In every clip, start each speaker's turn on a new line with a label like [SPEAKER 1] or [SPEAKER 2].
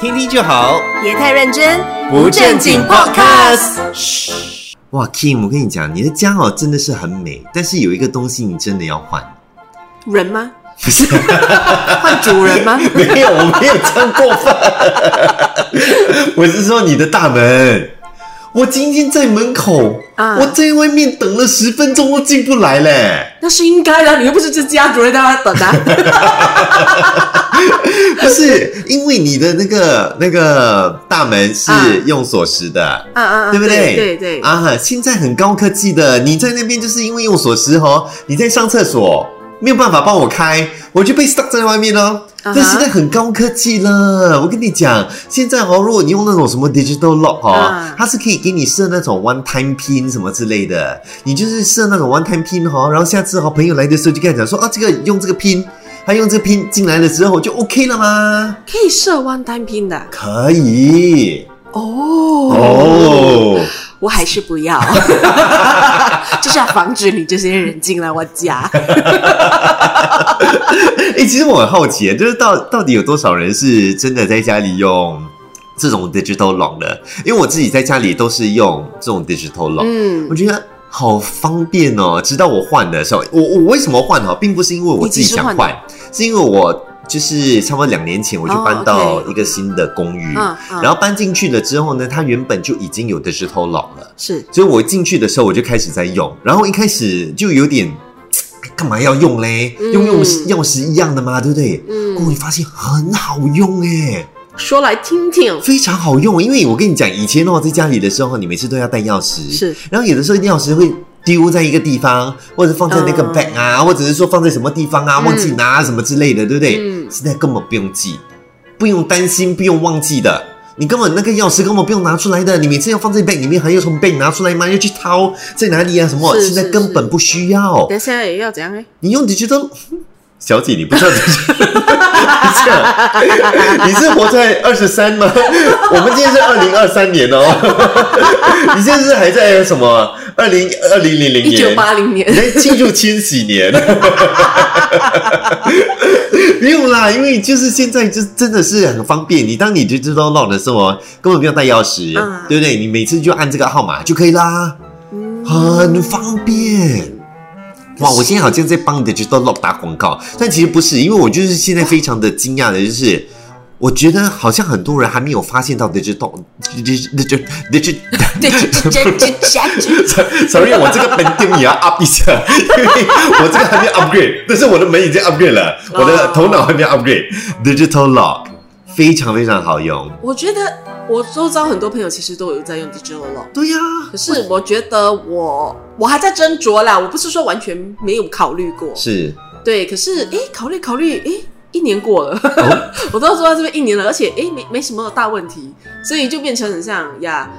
[SPEAKER 1] 听听就好。
[SPEAKER 2] 别太认真，
[SPEAKER 1] 不正经 podcast。嘘，哇，Kim，我跟你讲，你的家哦真的是很美，但是有一个东西你真的要换。
[SPEAKER 2] 人吗？
[SPEAKER 1] 不是，
[SPEAKER 2] 换主人 吗？
[SPEAKER 1] 没有，我没有这样过分。我是说你的大门。我今天在门口，
[SPEAKER 2] 啊
[SPEAKER 1] 我在外面等了十分钟都进不来嘞。
[SPEAKER 2] 那是应该的，你又不是这家主人，大家等啊。
[SPEAKER 1] 不是，因为你的那个那个大门是
[SPEAKER 2] 啊
[SPEAKER 1] 用锁匙的。
[SPEAKER 2] 啊啊啊，
[SPEAKER 1] 对不
[SPEAKER 2] 对？
[SPEAKER 1] 对？
[SPEAKER 2] 对对
[SPEAKER 1] 啊，现在很高科技的，你在那边就是因为用锁匙哦，你在上厕所没有办法帮我开，我就被 stuck 在外面哦。
[SPEAKER 2] 啊哈
[SPEAKER 1] 但现在很高科技了，我跟你讲，现在哦，如果你用那种什么 digital lock 哦，
[SPEAKER 2] 啊
[SPEAKER 1] 它是可以给你设那种 one time pin 什么之类的，你就是设那种 one time pin 哦，然后下次哦朋友来的时候就跟他讲说啊，这个用这个 pin，他用这个 pin 进来的时候就 OK 了吗？
[SPEAKER 2] 可以设 one time pin 的
[SPEAKER 1] 可以
[SPEAKER 2] 哦。
[SPEAKER 1] 哦。
[SPEAKER 2] 我还是不 要，就是要防止你这些人进来我 家。
[SPEAKER 1] 哎、其实我很好奇，就是到到底有多少人是真的在家里用这种 digital lock 的？因为我自己在家里都是用这种 digital lock，、
[SPEAKER 2] 嗯
[SPEAKER 1] 我，觉得好方便哦。直到我换的时候，我我为什么换哦，并不是因为我自己想
[SPEAKER 2] 你
[SPEAKER 1] 换，
[SPEAKER 2] 几时换
[SPEAKER 1] 是因为我就是差不多两年前我就
[SPEAKER 2] 哦
[SPEAKER 1] 搬到
[SPEAKER 2] OK
[SPEAKER 1] 一个新的公寓，
[SPEAKER 2] 嗯嗯
[SPEAKER 1] 然后搬进去了之后呢，它原本就已经有 digital lock 了。
[SPEAKER 2] 是
[SPEAKER 1] 所以我进去的时候我就开始在用，然后一开始就有点干嘛要用嘞？
[SPEAKER 2] 嗯
[SPEAKER 1] 用用钥匙一样的嘛，对不对？
[SPEAKER 2] 嗯
[SPEAKER 1] 哦，你发现很好用哎，
[SPEAKER 2] 说来听听，
[SPEAKER 1] 非常好用。因为我跟你讲，以前哦，在家里的时候，你每次都要带钥匙，
[SPEAKER 2] 是
[SPEAKER 1] 然后有的时候钥匙会丢在一个地方，或者放在那个
[SPEAKER 2] 嗯
[SPEAKER 1] bag 啊，或者是说放在什么地方啊，
[SPEAKER 2] 嗯
[SPEAKER 1] 忘记拿、啊、什么之类的，对不对？
[SPEAKER 2] 嗯
[SPEAKER 1] 现在根本不用记，不用担心，不用忘记的。你根本那个钥匙根本不用拿出来的，你每次要放在 bag 里面，还要从 bag 拿出来吗？要去掏在哪里啊？什么？
[SPEAKER 2] 是
[SPEAKER 1] 现在
[SPEAKER 2] 是
[SPEAKER 1] 根本不需要。
[SPEAKER 2] 等一下也要怎样哎？
[SPEAKER 1] 你用 digital，小姐，你不知道 digital，你是活在二十三吗？我们今天是二零二三年哦， 你现在是还在什么二零二零零零
[SPEAKER 2] 一九
[SPEAKER 1] 年？
[SPEAKER 2] 八零年
[SPEAKER 1] 你在庆祝千禧年？ 没有啦，因为就是现在就真的是很方便。你当你就知道 lock 的时候哦，根本不用带钥匙，
[SPEAKER 2] 嗯
[SPEAKER 1] 对不对？你每次就按这个号码就可以啦，
[SPEAKER 2] 嗯
[SPEAKER 1] 很方便。哇，我现在好像在帮 Digital Lock 打广告，但其实不是，因为我就是现在非常的惊讶的，就是我觉得好像很多人还没有发现到 Digital Digital Digital
[SPEAKER 2] 对，这这这 这
[SPEAKER 1] Sorry，我这个门钉也要 up 一下， 因为我这个还没 upgrade，但是我的门已经 upgrade 了，我的头脑还没 upgrade。Digital Lock 非常非常好用。
[SPEAKER 2] 我觉得我周遭很多朋友其实都有在用 digital lock，
[SPEAKER 1] 对呀、
[SPEAKER 2] 可是我觉得我我还在斟酌啦，我不是说完全没有考虑过，
[SPEAKER 1] 是
[SPEAKER 2] 对，可是诶，考虑考虑，诶，一年过了，
[SPEAKER 1] 哦
[SPEAKER 2] 我都做到这边一年了，而且诶，没没什么大问题，所以就变成很像呀，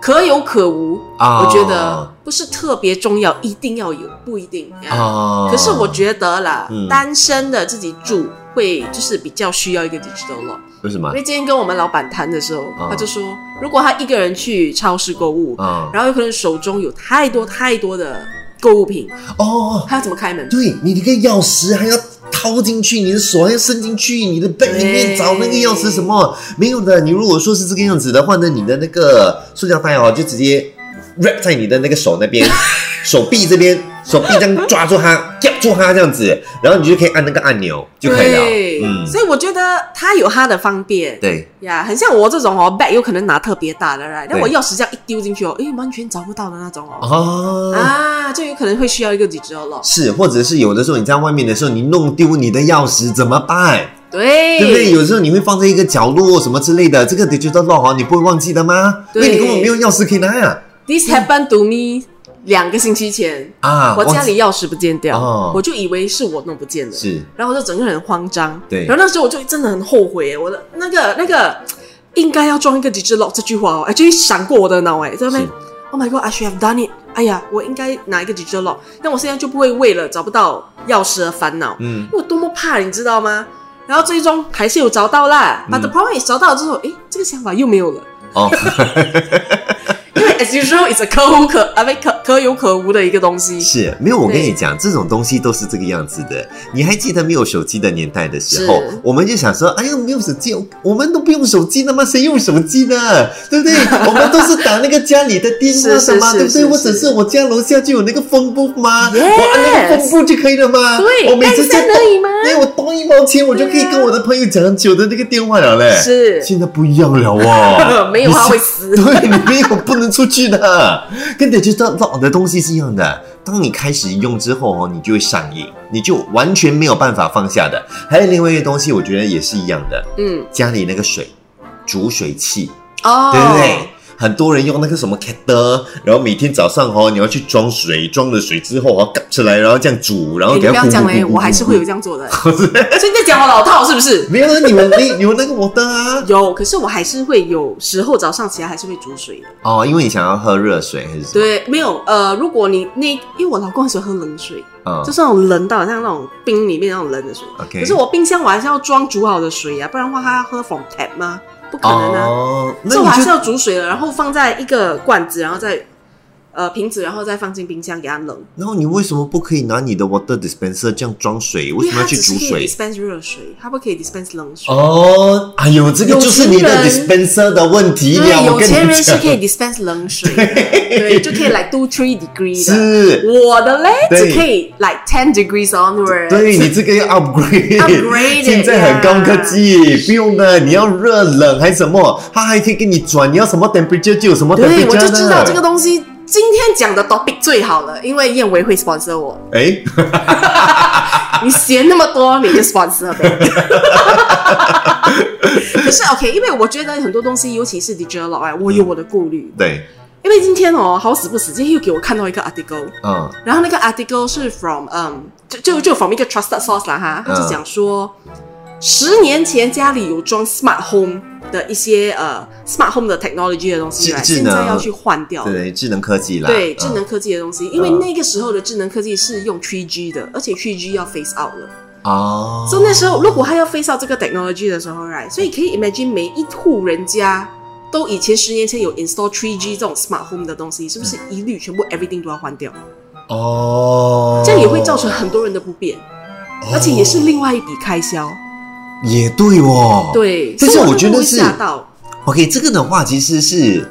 [SPEAKER 2] 可有可无。
[SPEAKER 1] 啊
[SPEAKER 2] 我觉得不是特别重要，一定要有，不一定。呀
[SPEAKER 1] 啊，
[SPEAKER 2] 可是我觉得啦，
[SPEAKER 1] 嗯
[SPEAKER 2] 单身的自己住会就是比较需要一个 digital lock。
[SPEAKER 1] 为什么
[SPEAKER 2] 因为今天跟我们老板谈的时候，
[SPEAKER 1] 啊
[SPEAKER 2] 他就说，如果他一个人去超市购物，
[SPEAKER 1] 啊？
[SPEAKER 2] 然后有可能手中有太多太多的购物品，
[SPEAKER 1] 哦，
[SPEAKER 2] 他要怎么开门？
[SPEAKER 1] 对你那个钥匙还要掏进去，你的手还要伸进去，你的 bag 里面找那个钥匙什么没有的。你如果说是这个样子的话呢，你的那个塑料袋哦，就直接 wrap 在你的那个手那 边，手臂这边，手臂这样抓住它，夹住它这样子，然后你就可以按那个按钮就可以了。
[SPEAKER 2] 对，
[SPEAKER 1] 嗯，
[SPEAKER 2] 所以我觉得它有它的方便。
[SPEAKER 1] 对，
[SPEAKER 2] 呀很像我这种哦，bag 有可能拿特别大的来，但
[SPEAKER 1] 对
[SPEAKER 2] 我钥匙这样一丢进去哦，诶，完全找不到的那种哦，
[SPEAKER 1] 哦。
[SPEAKER 2] 啊，就有可能会需要一个哦 digital lock。
[SPEAKER 1] 是，或者是有的时候你在外面的时候，你弄丢你的钥匙怎么办？
[SPEAKER 2] 对，
[SPEAKER 1] 对不对？有时候你会放在一个角落什么之类的，这个 digital lock 哦你不会忘记的吗？因为你
[SPEAKER 2] 对
[SPEAKER 1] 根本没有钥匙可以拿啊。
[SPEAKER 2] This happened to me 两个星期前，
[SPEAKER 1] 啊
[SPEAKER 2] 我家
[SPEAKER 1] 忘记
[SPEAKER 2] 里钥匙不见掉，
[SPEAKER 1] 哦
[SPEAKER 2] 我就以为是我弄不见了，
[SPEAKER 1] 是
[SPEAKER 2] 然后我就整个人很慌张。
[SPEAKER 1] 对
[SPEAKER 2] 然后那时候我就真的很后悔耶，我的那个那个应该要装一个 digital lock 这句话哦，哎，就闪过我的脑哎，在那边
[SPEAKER 1] 是
[SPEAKER 2] Oh my God, I should have done it。哎呀，我应该拿一个 digital lock，但我现在就不会为了找不到钥匙而烦恼，
[SPEAKER 1] 嗯
[SPEAKER 2] 因为我多么怕，你知道吗？然后最终还是有找到啦、
[SPEAKER 1] 嗯
[SPEAKER 2] b u t the problem is 找到了之后，哎，这个想法又没有了。
[SPEAKER 1] 哦，
[SPEAKER 2] 因为 as usual is a 可无可啊不可可有可无的一个东西。
[SPEAKER 1] 是没有，我跟
[SPEAKER 2] 对
[SPEAKER 1] 你讲，这种东西都是这个样子的。你还记得没有手机的年代的时候
[SPEAKER 2] 是，
[SPEAKER 1] 我们就想说，哎呀，没有手机，我们都不用手机的吗？谁用手机呢？对 不对？我们都是打那个家里的电话的嘛，对不
[SPEAKER 2] 是是是
[SPEAKER 1] 对？
[SPEAKER 2] 是
[SPEAKER 1] 或者是我家楼下就有那个风布嘛，
[SPEAKER 2] Yes
[SPEAKER 1] 我按那个风布就可以了嘛。
[SPEAKER 2] 对，
[SPEAKER 1] 我每次
[SPEAKER 2] 按
[SPEAKER 1] 在
[SPEAKER 2] 下而已吗？
[SPEAKER 1] 哎，我多一毛钱，我就可以
[SPEAKER 2] 对啊
[SPEAKER 1] 跟我的朋友讲很久的那个电话了嘞。
[SPEAKER 2] 是，
[SPEAKER 1] 现在不一样了哎哦
[SPEAKER 2] 没有
[SPEAKER 1] 你
[SPEAKER 2] 他
[SPEAKER 1] 是
[SPEAKER 2] 会死。
[SPEAKER 1] 对，你没有不能出去的，跟得知道老的东西是一样的。当你开始用之后哦，你就会上瘾，你就完全没有办法放下的。还有另外一个东西，我觉得也是一样的，
[SPEAKER 2] 嗯，
[SPEAKER 1] 家里那个水，煮水器，
[SPEAKER 2] 哦，
[SPEAKER 1] 对不对？很多人用那个什么 c a t e 然后每天早上哦，你要去装水，装了水之后哦，盖起来，然后这样煮，然后
[SPEAKER 2] 哎
[SPEAKER 1] 给
[SPEAKER 2] 你
[SPEAKER 1] 它
[SPEAKER 2] 不要
[SPEAKER 1] 咕咕
[SPEAKER 2] 讲
[SPEAKER 1] 咕
[SPEAKER 2] 嘞，
[SPEAKER 1] 咕咕
[SPEAKER 2] 我还是会有 这样做的。所以你在讲我老套是不是？
[SPEAKER 1] 没有啊，你们你你们那个我的啊，
[SPEAKER 2] 有，可是我还是会有时候早上起来还是会煮水的。
[SPEAKER 1] 哦，因为你想要喝热水还是什么？
[SPEAKER 2] 对，没有呃，如果你那因为我老公很喜欢喝冷水，
[SPEAKER 1] 嗯
[SPEAKER 2] 就是那种冷到好像那种冰里面那种冷的水。
[SPEAKER 1] ，OK，
[SPEAKER 2] 可是我冰箱我还是要装煮好的水啊，不然的话他要喝 from tap 吗？不可能啊，
[SPEAKER 1] 哦，那
[SPEAKER 2] 所以我还
[SPEAKER 1] 你
[SPEAKER 2] 是
[SPEAKER 1] 就
[SPEAKER 2] 要煮水的，然后放在一个罐子，然后再呃瓶子，然后再放进冰箱给它冷。
[SPEAKER 1] 然后你为什么不可以拿你的 water dispenser 这样装水？为
[SPEAKER 2] 因为
[SPEAKER 1] 什么
[SPEAKER 2] 它
[SPEAKER 1] 要去
[SPEAKER 2] 只
[SPEAKER 1] 煮
[SPEAKER 2] 啊是可以
[SPEAKER 1] 水？
[SPEAKER 2] dispense 热水，它不可以 dispense 冷水。
[SPEAKER 1] 哦，哎呦，这个就是你的
[SPEAKER 2] 有钱
[SPEAKER 1] dispenser 的问题
[SPEAKER 2] 对，
[SPEAKER 1] 了。我
[SPEAKER 2] 有
[SPEAKER 1] 跟
[SPEAKER 2] 钱
[SPEAKER 1] 你
[SPEAKER 2] 人是
[SPEAKER 1] 讲，
[SPEAKER 2] 可以 dispense 冷 水的，对，就可以 like do three degree 的。
[SPEAKER 1] 是，
[SPEAKER 2] 我的嘞，
[SPEAKER 1] 对
[SPEAKER 2] 只可以 like ten degrees onward。
[SPEAKER 1] 对你这个要 upgrade，,
[SPEAKER 2] Upgrade it，
[SPEAKER 1] 现在很高科技，不用的，你要热冷还是什么，它还可以给你转，你要什么 temperature 就有什么 temperature
[SPEAKER 2] 对，我就知道
[SPEAKER 1] 呢
[SPEAKER 2] 这个。东西今天讲的 topic 最好了，因为燕维会 sponsor 我。
[SPEAKER 1] 哎，
[SPEAKER 2] 你嫌那么多，你就 sponsor 呗。 可是 OK，因为我觉得很多东西，尤其是 digital law，哎，我有我的顾虑。
[SPEAKER 1] 对，
[SPEAKER 2] 因为今天哦，好死不死，今天又给我看到一个 article，
[SPEAKER 1] 嗯
[SPEAKER 2] 然后那个 article 是 from 嗯，就就就 from 一个 trusted source 啦哈，
[SPEAKER 1] 嗯
[SPEAKER 2] 他就讲说，十年前家里有装 smart home 的一些呃 smart home 的 technology 的东西，
[SPEAKER 1] 智
[SPEAKER 2] right，
[SPEAKER 1] 智
[SPEAKER 2] 现
[SPEAKER 1] 能
[SPEAKER 2] 在要去换掉了。
[SPEAKER 1] 对，智能科技啦，
[SPEAKER 2] 对
[SPEAKER 1] 嗯
[SPEAKER 2] 智能科技的东西，因为那个时候的智能科技是用 3G 的，而且 3G 要 face out 了。
[SPEAKER 1] 哦，
[SPEAKER 2] 所以那时候如果他要 face out 这个 technology 的时候，right，所以可以 imagine 每一户人家都以前十年前有 install 3G 这种 smart home 的东西，是不是一律全部 everything 都要换掉？
[SPEAKER 1] 哦，
[SPEAKER 2] 这样也会造成很多人的不便，
[SPEAKER 1] 哦，
[SPEAKER 2] 而且也是另外一笔开销。
[SPEAKER 1] 也对哦，。
[SPEAKER 2] 对，
[SPEAKER 1] 但是
[SPEAKER 2] 所以
[SPEAKER 1] 我觉得
[SPEAKER 2] 都会
[SPEAKER 1] 是
[SPEAKER 2] 吓到，
[SPEAKER 1] OK，这个的话其实是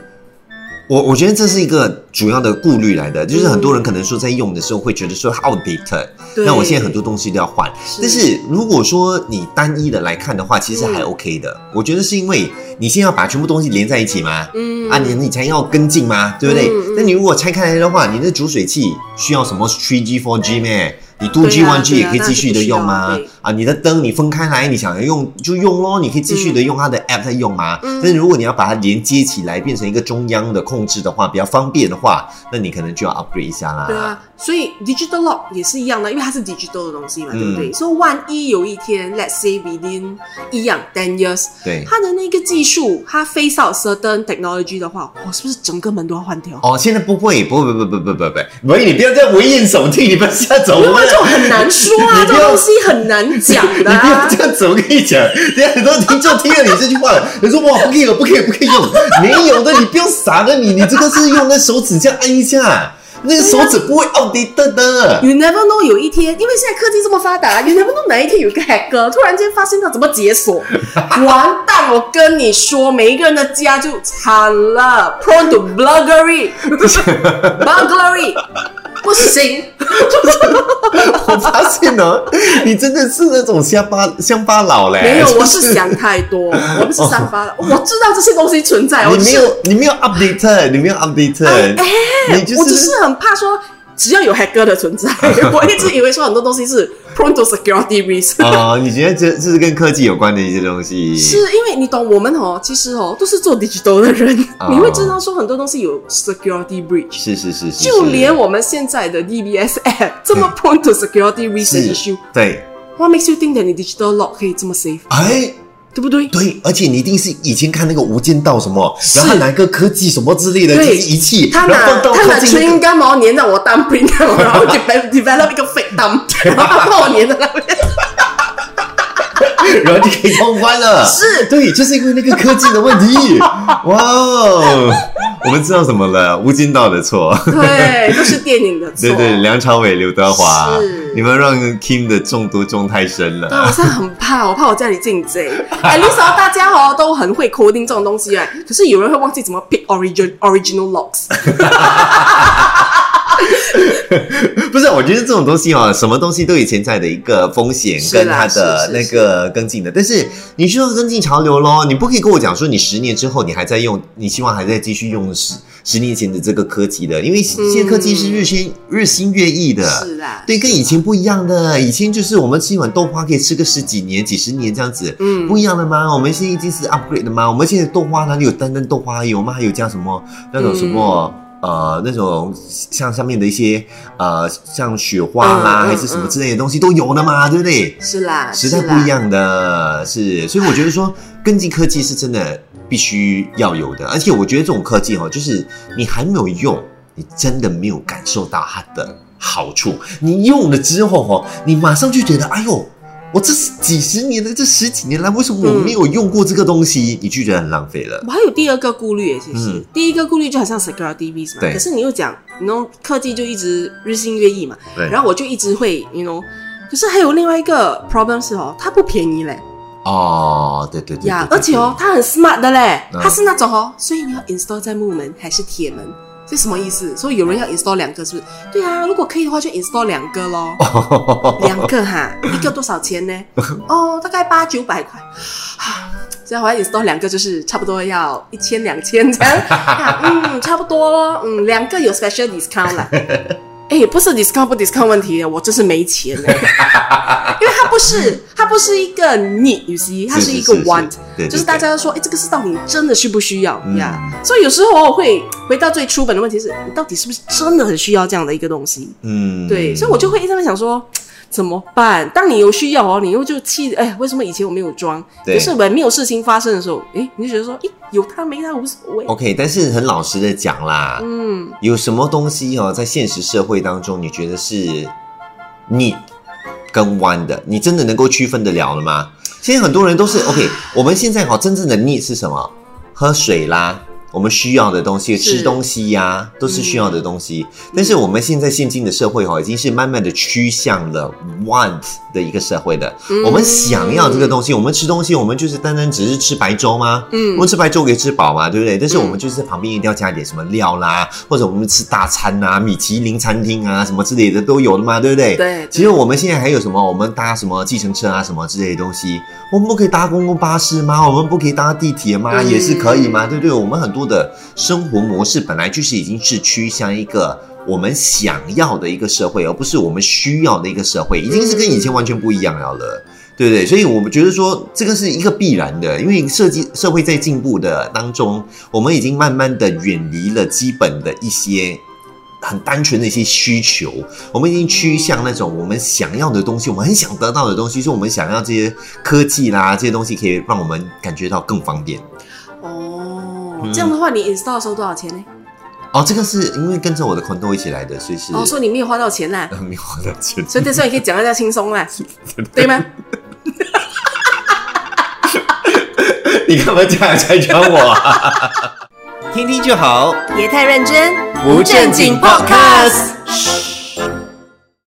[SPEAKER 1] 我我觉得这是一个主要的顾虑来的，就是很多人可能说在用的时候会觉得说 outdated，、
[SPEAKER 2] 对
[SPEAKER 1] 那我现在很多东西都要换。
[SPEAKER 2] 是
[SPEAKER 1] 但是如果说你单一的来看的话，其实还
[SPEAKER 2] 嗯
[SPEAKER 1] OK 的。我觉得是因为你现在要把全部东西连在一起嘛，
[SPEAKER 2] 嗯
[SPEAKER 1] 啊你你才要跟进嘛，对不对？
[SPEAKER 2] 嗯嗯
[SPEAKER 1] 那你如果拆开来的话，你的煮水器需要什么 three G four G 咩？你 two G
[SPEAKER 2] 对啊
[SPEAKER 1] one G
[SPEAKER 2] 对
[SPEAKER 1] 也
[SPEAKER 2] 啊
[SPEAKER 1] 可以继续的用
[SPEAKER 2] 那
[SPEAKER 1] 吗
[SPEAKER 2] 就不需要？
[SPEAKER 1] 啊，你的灯你分开来，你想要用就用咯，你可以继续的用它的 app 在用嘛。
[SPEAKER 2] 嗯
[SPEAKER 1] 但是如果你要把它连接起来，变成一个中央的控制的话，比较方便的话，那你可能就要 upgrade 一下啦。
[SPEAKER 2] 对啊，所以 digital lock 也是一样的，因为它是 digital 的东西嘛，
[SPEAKER 1] 嗯
[SPEAKER 2] 对不对？所以万一有一天，let's say within 一样 ten years，
[SPEAKER 1] 对
[SPEAKER 2] 它的那个技术它 face out certain technology 的话，我是不是整个门都要换掉？
[SPEAKER 1] 哦，现在不会，不会，不会不不不不不，喂，你不要这样危言耸听，你不要吓走
[SPEAKER 2] 因
[SPEAKER 1] 我
[SPEAKER 2] 为
[SPEAKER 1] 们。
[SPEAKER 2] 就很难说啊，
[SPEAKER 1] 你不
[SPEAKER 2] 这
[SPEAKER 1] 要
[SPEAKER 2] 种东西很难讲
[SPEAKER 1] 你
[SPEAKER 2] 的、
[SPEAKER 1] 不要
[SPEAKER 2] 啊。
[SPEAKER 1] 这样子，我跟你讲， 等一下很多听众听了你这句话，你说哇不可以了，不可以，不可以用，没有的，你不要傻的，你你这个是用那手指这样按一下，那个手指不会 outdated 的。
[SPEAKER 2] You never know，有一天，因为现在科技这么发达，You never know 哪一天有一个 hacker 突然间发现他怎么解锁，完蛋！我跟你说，每一个人的家就惨了，prone to burglary，burglary 不行。
[SPEAKER 1] 我发现哦，你真的是那种乡巴乡巴佬嘞。
[SPEAKER 2] 啊没有，我是想太多，我不是散发了，我知道这些东西存在，我
[SPEAKER 1] 你
[SPEAKER 2] 只
[SPEAKER 1] 没
[SPEAKER 2] 是哎
[SPEAKER 1] 有你没有 updated，你没有 updated，你就
[SPEAKER 2] 我只是很怕说。只要有 hacker 的存在， 我一直以为说很多东西是 prone to security risk，
[SPEAKER 1] 啊，你觉得这这是跟科技有关的一些东西？
[SPEAKER 2] 是因为你懂我们哦，其实哦都是做 digital 的人，
[SPEAKER 1] 哦
[SPEAKER 2] 你会知道说很多东西有 security breach，
[SPEAKER 1] 是是是是，
[SPEAKER 2] 就是连我们现在的 DBS app 这么 prone to security risk 的 issue，
[SPEAKER 1] 对，
[SPEAKER 2] what makes you think that 你 digital lock 可以这么 safe，
[SPEAKER 1] 哎。
[SPEAKER 2] 对不对？
[SPEAKER 1] 对，而且你一定是以前看那个《无间道》什么，然后
[SPEAKER 2] 是
[SPEAKER 1] 拿一个科技什么之类的，就
[SPEAKER 2] 对
[SPEAKER 1] 是仪器，
[SPEAKER 2] 他
[SPEAKER 1] 然后
[SPEAKER 2] 拿
[SPEAKER 1] 放到
[SPEAKER 2] 他拿
[SPEAKER 1] 靠近那
[SPEAKER 2] chewing
[SPEAKER 1] 个
[SPEAKER 2] gum 毛粘在 我 thumb print，然后 develop develop 一个 fake thumb，然后把我粘在那边。
[SPEAKER 1] 然后就可以通关了。
[SPEAKER 2] 是
[SPEAKER 1] 对，就是因为那个科技的问题。哇哦，我们知道什么了？无间道的错，
[SPEAKER 2] 对，都是电影的错。
[SPEAKER 1] 对对，梁朝伟、刘德华
[SPEAKER 2] 是，
[SPEAKER 1] 你们让 Kim 的中毒中太深
[SPEAKER 2] 对，
[SPEAKER 1] 了。
[SPEAKER 2] 啊我现在很怕，我怕我家里进 贼。哎，那时候大家哦都很会 coding 这种东西哎，可是有人会忘记怎么 pick origin original logs。
[SPEAKER 1] 不是，我觉得这种东西哦，什么东西都有潜在的一个风险
[SPEAKER 2] 是
[SPEAKER 1] 跟它
[SPEAKER 2] 啦
[SPEAKER 1] 的
[SPEAKER 2] 是是
[SPEAKER 1] 那
[SPEAKER 2] 是
[SPEAKER 1] 个跟进的，但是你需要跟进潮流咯，你不可以跟我讲说你十年之后你还在用，你希望还在继续用十十年前的这个科技的，因为现在科技是日新、日新月异的。
[SPEAKER 2] 嗯是啦，
[SPEAKER 1] 对，跟以前不一样的。以前就是我们吃一碗豆花可以吃个十几年、几十年这样子，
[SPEAKER 2] 嗯
[SPEAKER 1] 不一样的吗？我们现在已经是 upgrade 的吗？我们现在豆花哪里有单单豆花而已？我们还有加什么那种什么、
[SPEAKER 2] 嗯
[SPEAKER 1] 呃那种像上面的一些呃像雪花啦、
[SPEAKER 2] 嗯嗯
[SPEAKER 1] 还是什么之类的东西都有的嘛，对不对？
[SPEAKER 2] 是啦，
[SPEAKER 1] 时代
[SPEAKER 2] 啊是啦
[SPEAKER 1] 不一。样的，是，所以我觉得 说跟进科技是真的必须要有的，而且我觉得这种科技哦，就是你还没有用，你真的没有感受到它的好处，你用了之后哦，你马上就觉得，哎呦。我这几十年的这十几年来，为什么我没有用过这个东西？你就觉得很浪费了。
[SPEAKER 2] 我还有第二个顾虑耶，其实、
[SPEAKER 1] 嗯
[SPEAKER 2] 第一个顾虑就好像 security risk 嘛，
[SPEAKER 1] 对
[SPEAKER 2] 可是你又讲，你 know 科技就一直日新月异嘛，
[SPEAKER 1] 对，
[SPEAKER 2] 然后我就一直会，you know，可是还有另外一个 problem 是哦，它不便宜嘞
[SPEAKER 1] 哦，对对对
[SPEAKER 2] 呀，
[SPEAKER 1] 对
[SPEAKER 2] 而且 哦，，它很 smart 的嘞，
[SPEAKER 1] 嗯
[SPEAKER 2] 它是那种哦，所以你要 install 在木门还是铁门，这什么意思？所以有人要 install 两个是不是？对啊，如果可以的话就 install 两个咯。
[SPEAKER 1] 对
[SPEAKER 2] 两个 哈，一个多少钱呢？哦，大概八九百块。 啊这样我要 install 两个，就是差不多要一千两千这 样。啊嗯，差不多咯。嗯，两个有 special discount 啦。哎，不是 discount 不 discount 问题，我真是没钱 了。因为它不是，它不是一个 need，you see，它是一个 want。，
[SPEAKER 1] 对对对
[SPEAKER 2] 就是大家都说，哎，这个是到底真的需不需要
[SPEAKER 1] 嗯
[SPEAKER 2] 呀所以有时候我会回到最初本的问题是，你到底是不是真的很需要这样的一个东西？
[SPEAKER 1] 嗯，
[SPEAKER 2] 对，所以我就会一直在想说。怎么办？当你有需要哦，你又就气，哎，为什么以前我没有装？
[SPEAKER 1] 对
[SPEAKER 2] 就是没有事情发生的时候，哎，你就觉得说，哎，有它没它无所谓。
[SPEAKER 1] OK，但是很老实的讲啦，
[SPEAKER 2] 嗯，
[SPEAKER 1] 有什么东西哦，在现实社会当中，你觉得是你跟弯的，你真的能够区分得了了吗？现在很多人都是 OK，我们现在好真正的逆是什么？喝水啦，我们需要的东西，
[SPEAKER 2] 是
[SPEAKER 1] 吃东西呀、都是需要的东西。但是我们现在现今的社会哈、哦，已经是慢慢的趋向了 want 的一个社会的。
[SPEAKER 2] 嗯
[SPEAKER 1] 我们想要这个东西，我们吃东西，我们就是单单只是吃白粥吗？
[SPEAKER 2] 嗯
[SPEAKER 1] 我们吃白粥可以吃饱嘛，对不对？但是我们
[SPEAKER 2] 嗯
[SPEAKER 1] 就是旁边一定要加一点什么料啦，或者我们吃大餐啊、米其林餐厅啊什么之类的都有的嘛，对不对？
[SPEAKER 2] 对
[SPEAKER 1] 只有我们现在还有什么？我们搭什么计程车啊，什么之类的东西，我们不可以搭公共巴士吗？我们不可以搭地铁吗？
[SPEAKER 2] 嗯
[SPEAKER 1] 也是可以吗？对不对？我们很多的生活模式本来就是已经是趋向一个我们想要的一个社会，而不是我们需要的一个社会，已经是跟以前完全不一样了了。对不对？所以我们觉得说这个是一个必然的，因为设计社会在进步的当中，我们已经慢慢的远离了基本的一些很单纯的一些需求，我们已经趋向那种我们想要的东西，我们很想得到的东西，是我们想要这些科技啦，这些东西可以让我们感觉到更方便。
[SPEAKER 2] 哦
[SPEAKER 1] 嗯，
[SPEAKER 2] 这样的话，你 install 的时候多少钱呢？
[SPEAKER 1] 哦，这个是因为跟着我的 condo 一起来的，所以是
[SPEAKER 2] 哦，说你没有花到 钱啦，
[SPEAKER 1] 呃没有我的钱。
[SPEAKER 2] 所以这时候你可以讲一下轻松啦，对吗？
[SPEAKER 1] 你干嘛这样拆穿我、啊？ 听听就好，
[SPEAKER 2] 别太认真，
[SPEAKER 1] 不正经 podcast。